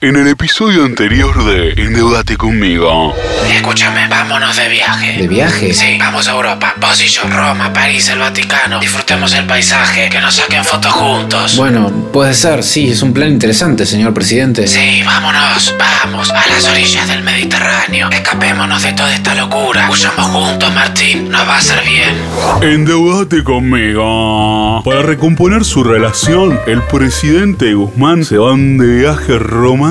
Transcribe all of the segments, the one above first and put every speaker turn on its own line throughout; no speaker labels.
En el episodio anterior de Endeudate conmigo.
Escúchame, vámonos de viaje.
¿De viaje?
Sí, vamos a Europa. Vos y yo, Roma, París, el Vaticano. Disfrutemos el paisaje, que nos saquen fotos juntos.
Bueno, puede ser, sí, es un plan interesante, señor presidente.
Sí, vámonos, vamos, a las orillas del Mediterráneo. Escapémonos de toda esta locura. Huyamos juntos, Martín, nos va a hacer bien.
Endeudate conmigo. Para recomponer su relación, el presidente y Guzmán se van de viaje romántico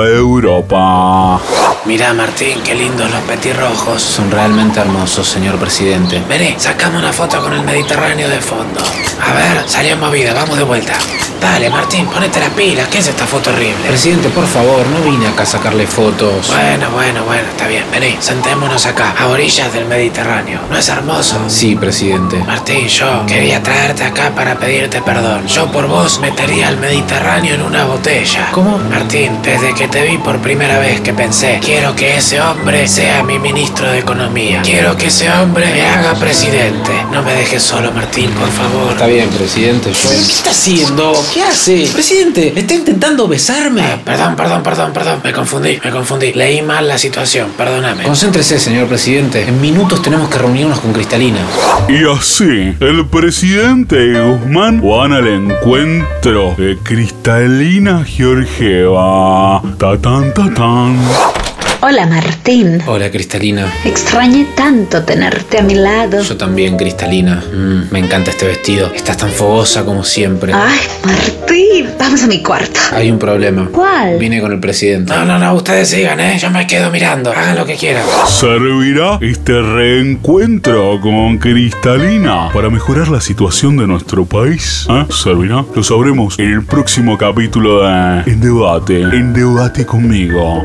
a Europa.
Mirá, Martín, qué lindos los petirrojos.
Son realmente hermosos, señor presidente.
Vení, sacame una foto con el Mediterráneo de fondo. A ver, salió en movida, vamos de vuelta. Dale, Martín, ponete las pilas. ¿Qué es esta foto horrible?
Presidente, por favor, no vine acá a sacarle fotos.
Bueno, bueno, bueno, está bien. Vení, sentémonos acá, a orillas del Mediterráneo. ¿No es hermoso?
Sí, presidente.
Martín, yo quería traerte acá para pedirte perdón. Yo por vos metería al Mediterráneo en una botella.
¿Cómo?
Martín, desde que te vi por primera vez que pensé, quiero que ese hombre sea mi ministro de Economía. Quiero que ese hombre me haga presidente. No me dejes solo, Martín, por favor.
Está bien, presidente. Yo...
¿Qué está haciendo?
¿Qué hace? Presidente, está intentando besarme.
Perdón, perdón, perdón, perdón. Me confundí, me confundí. Leí mal la situación, perdóname.
Concéntrese, señor presidente. En minutos tenemos que reunirnos con Cristalina.
Y así, el presidente y Guzmán van al encuentro de Cristalina Georgieva. Ta tan ta tan.
Hola Martín,
Hola, Cristalina.
extrañé tanto tenerte a mi lado.
Yo también, Cristalina. Mm, me encanta este vestido. Estás tan fogosa como siempre.
Ay, Martín, vamos a mi cuarto.
Hay un problema.
¿Cuál?
Vine con el presidente.
No, no, no, ustedes sigan, ¿eh? Yo me quedo mirando. Hagan lo que quieran.
Servirá este reencuentro con Cristalina para mejorar la situación de nuestro país. ¿Eh? ¿Servirá? Lo sabremos en el próximo capítulo de Endeudate. Endeudate conmigo.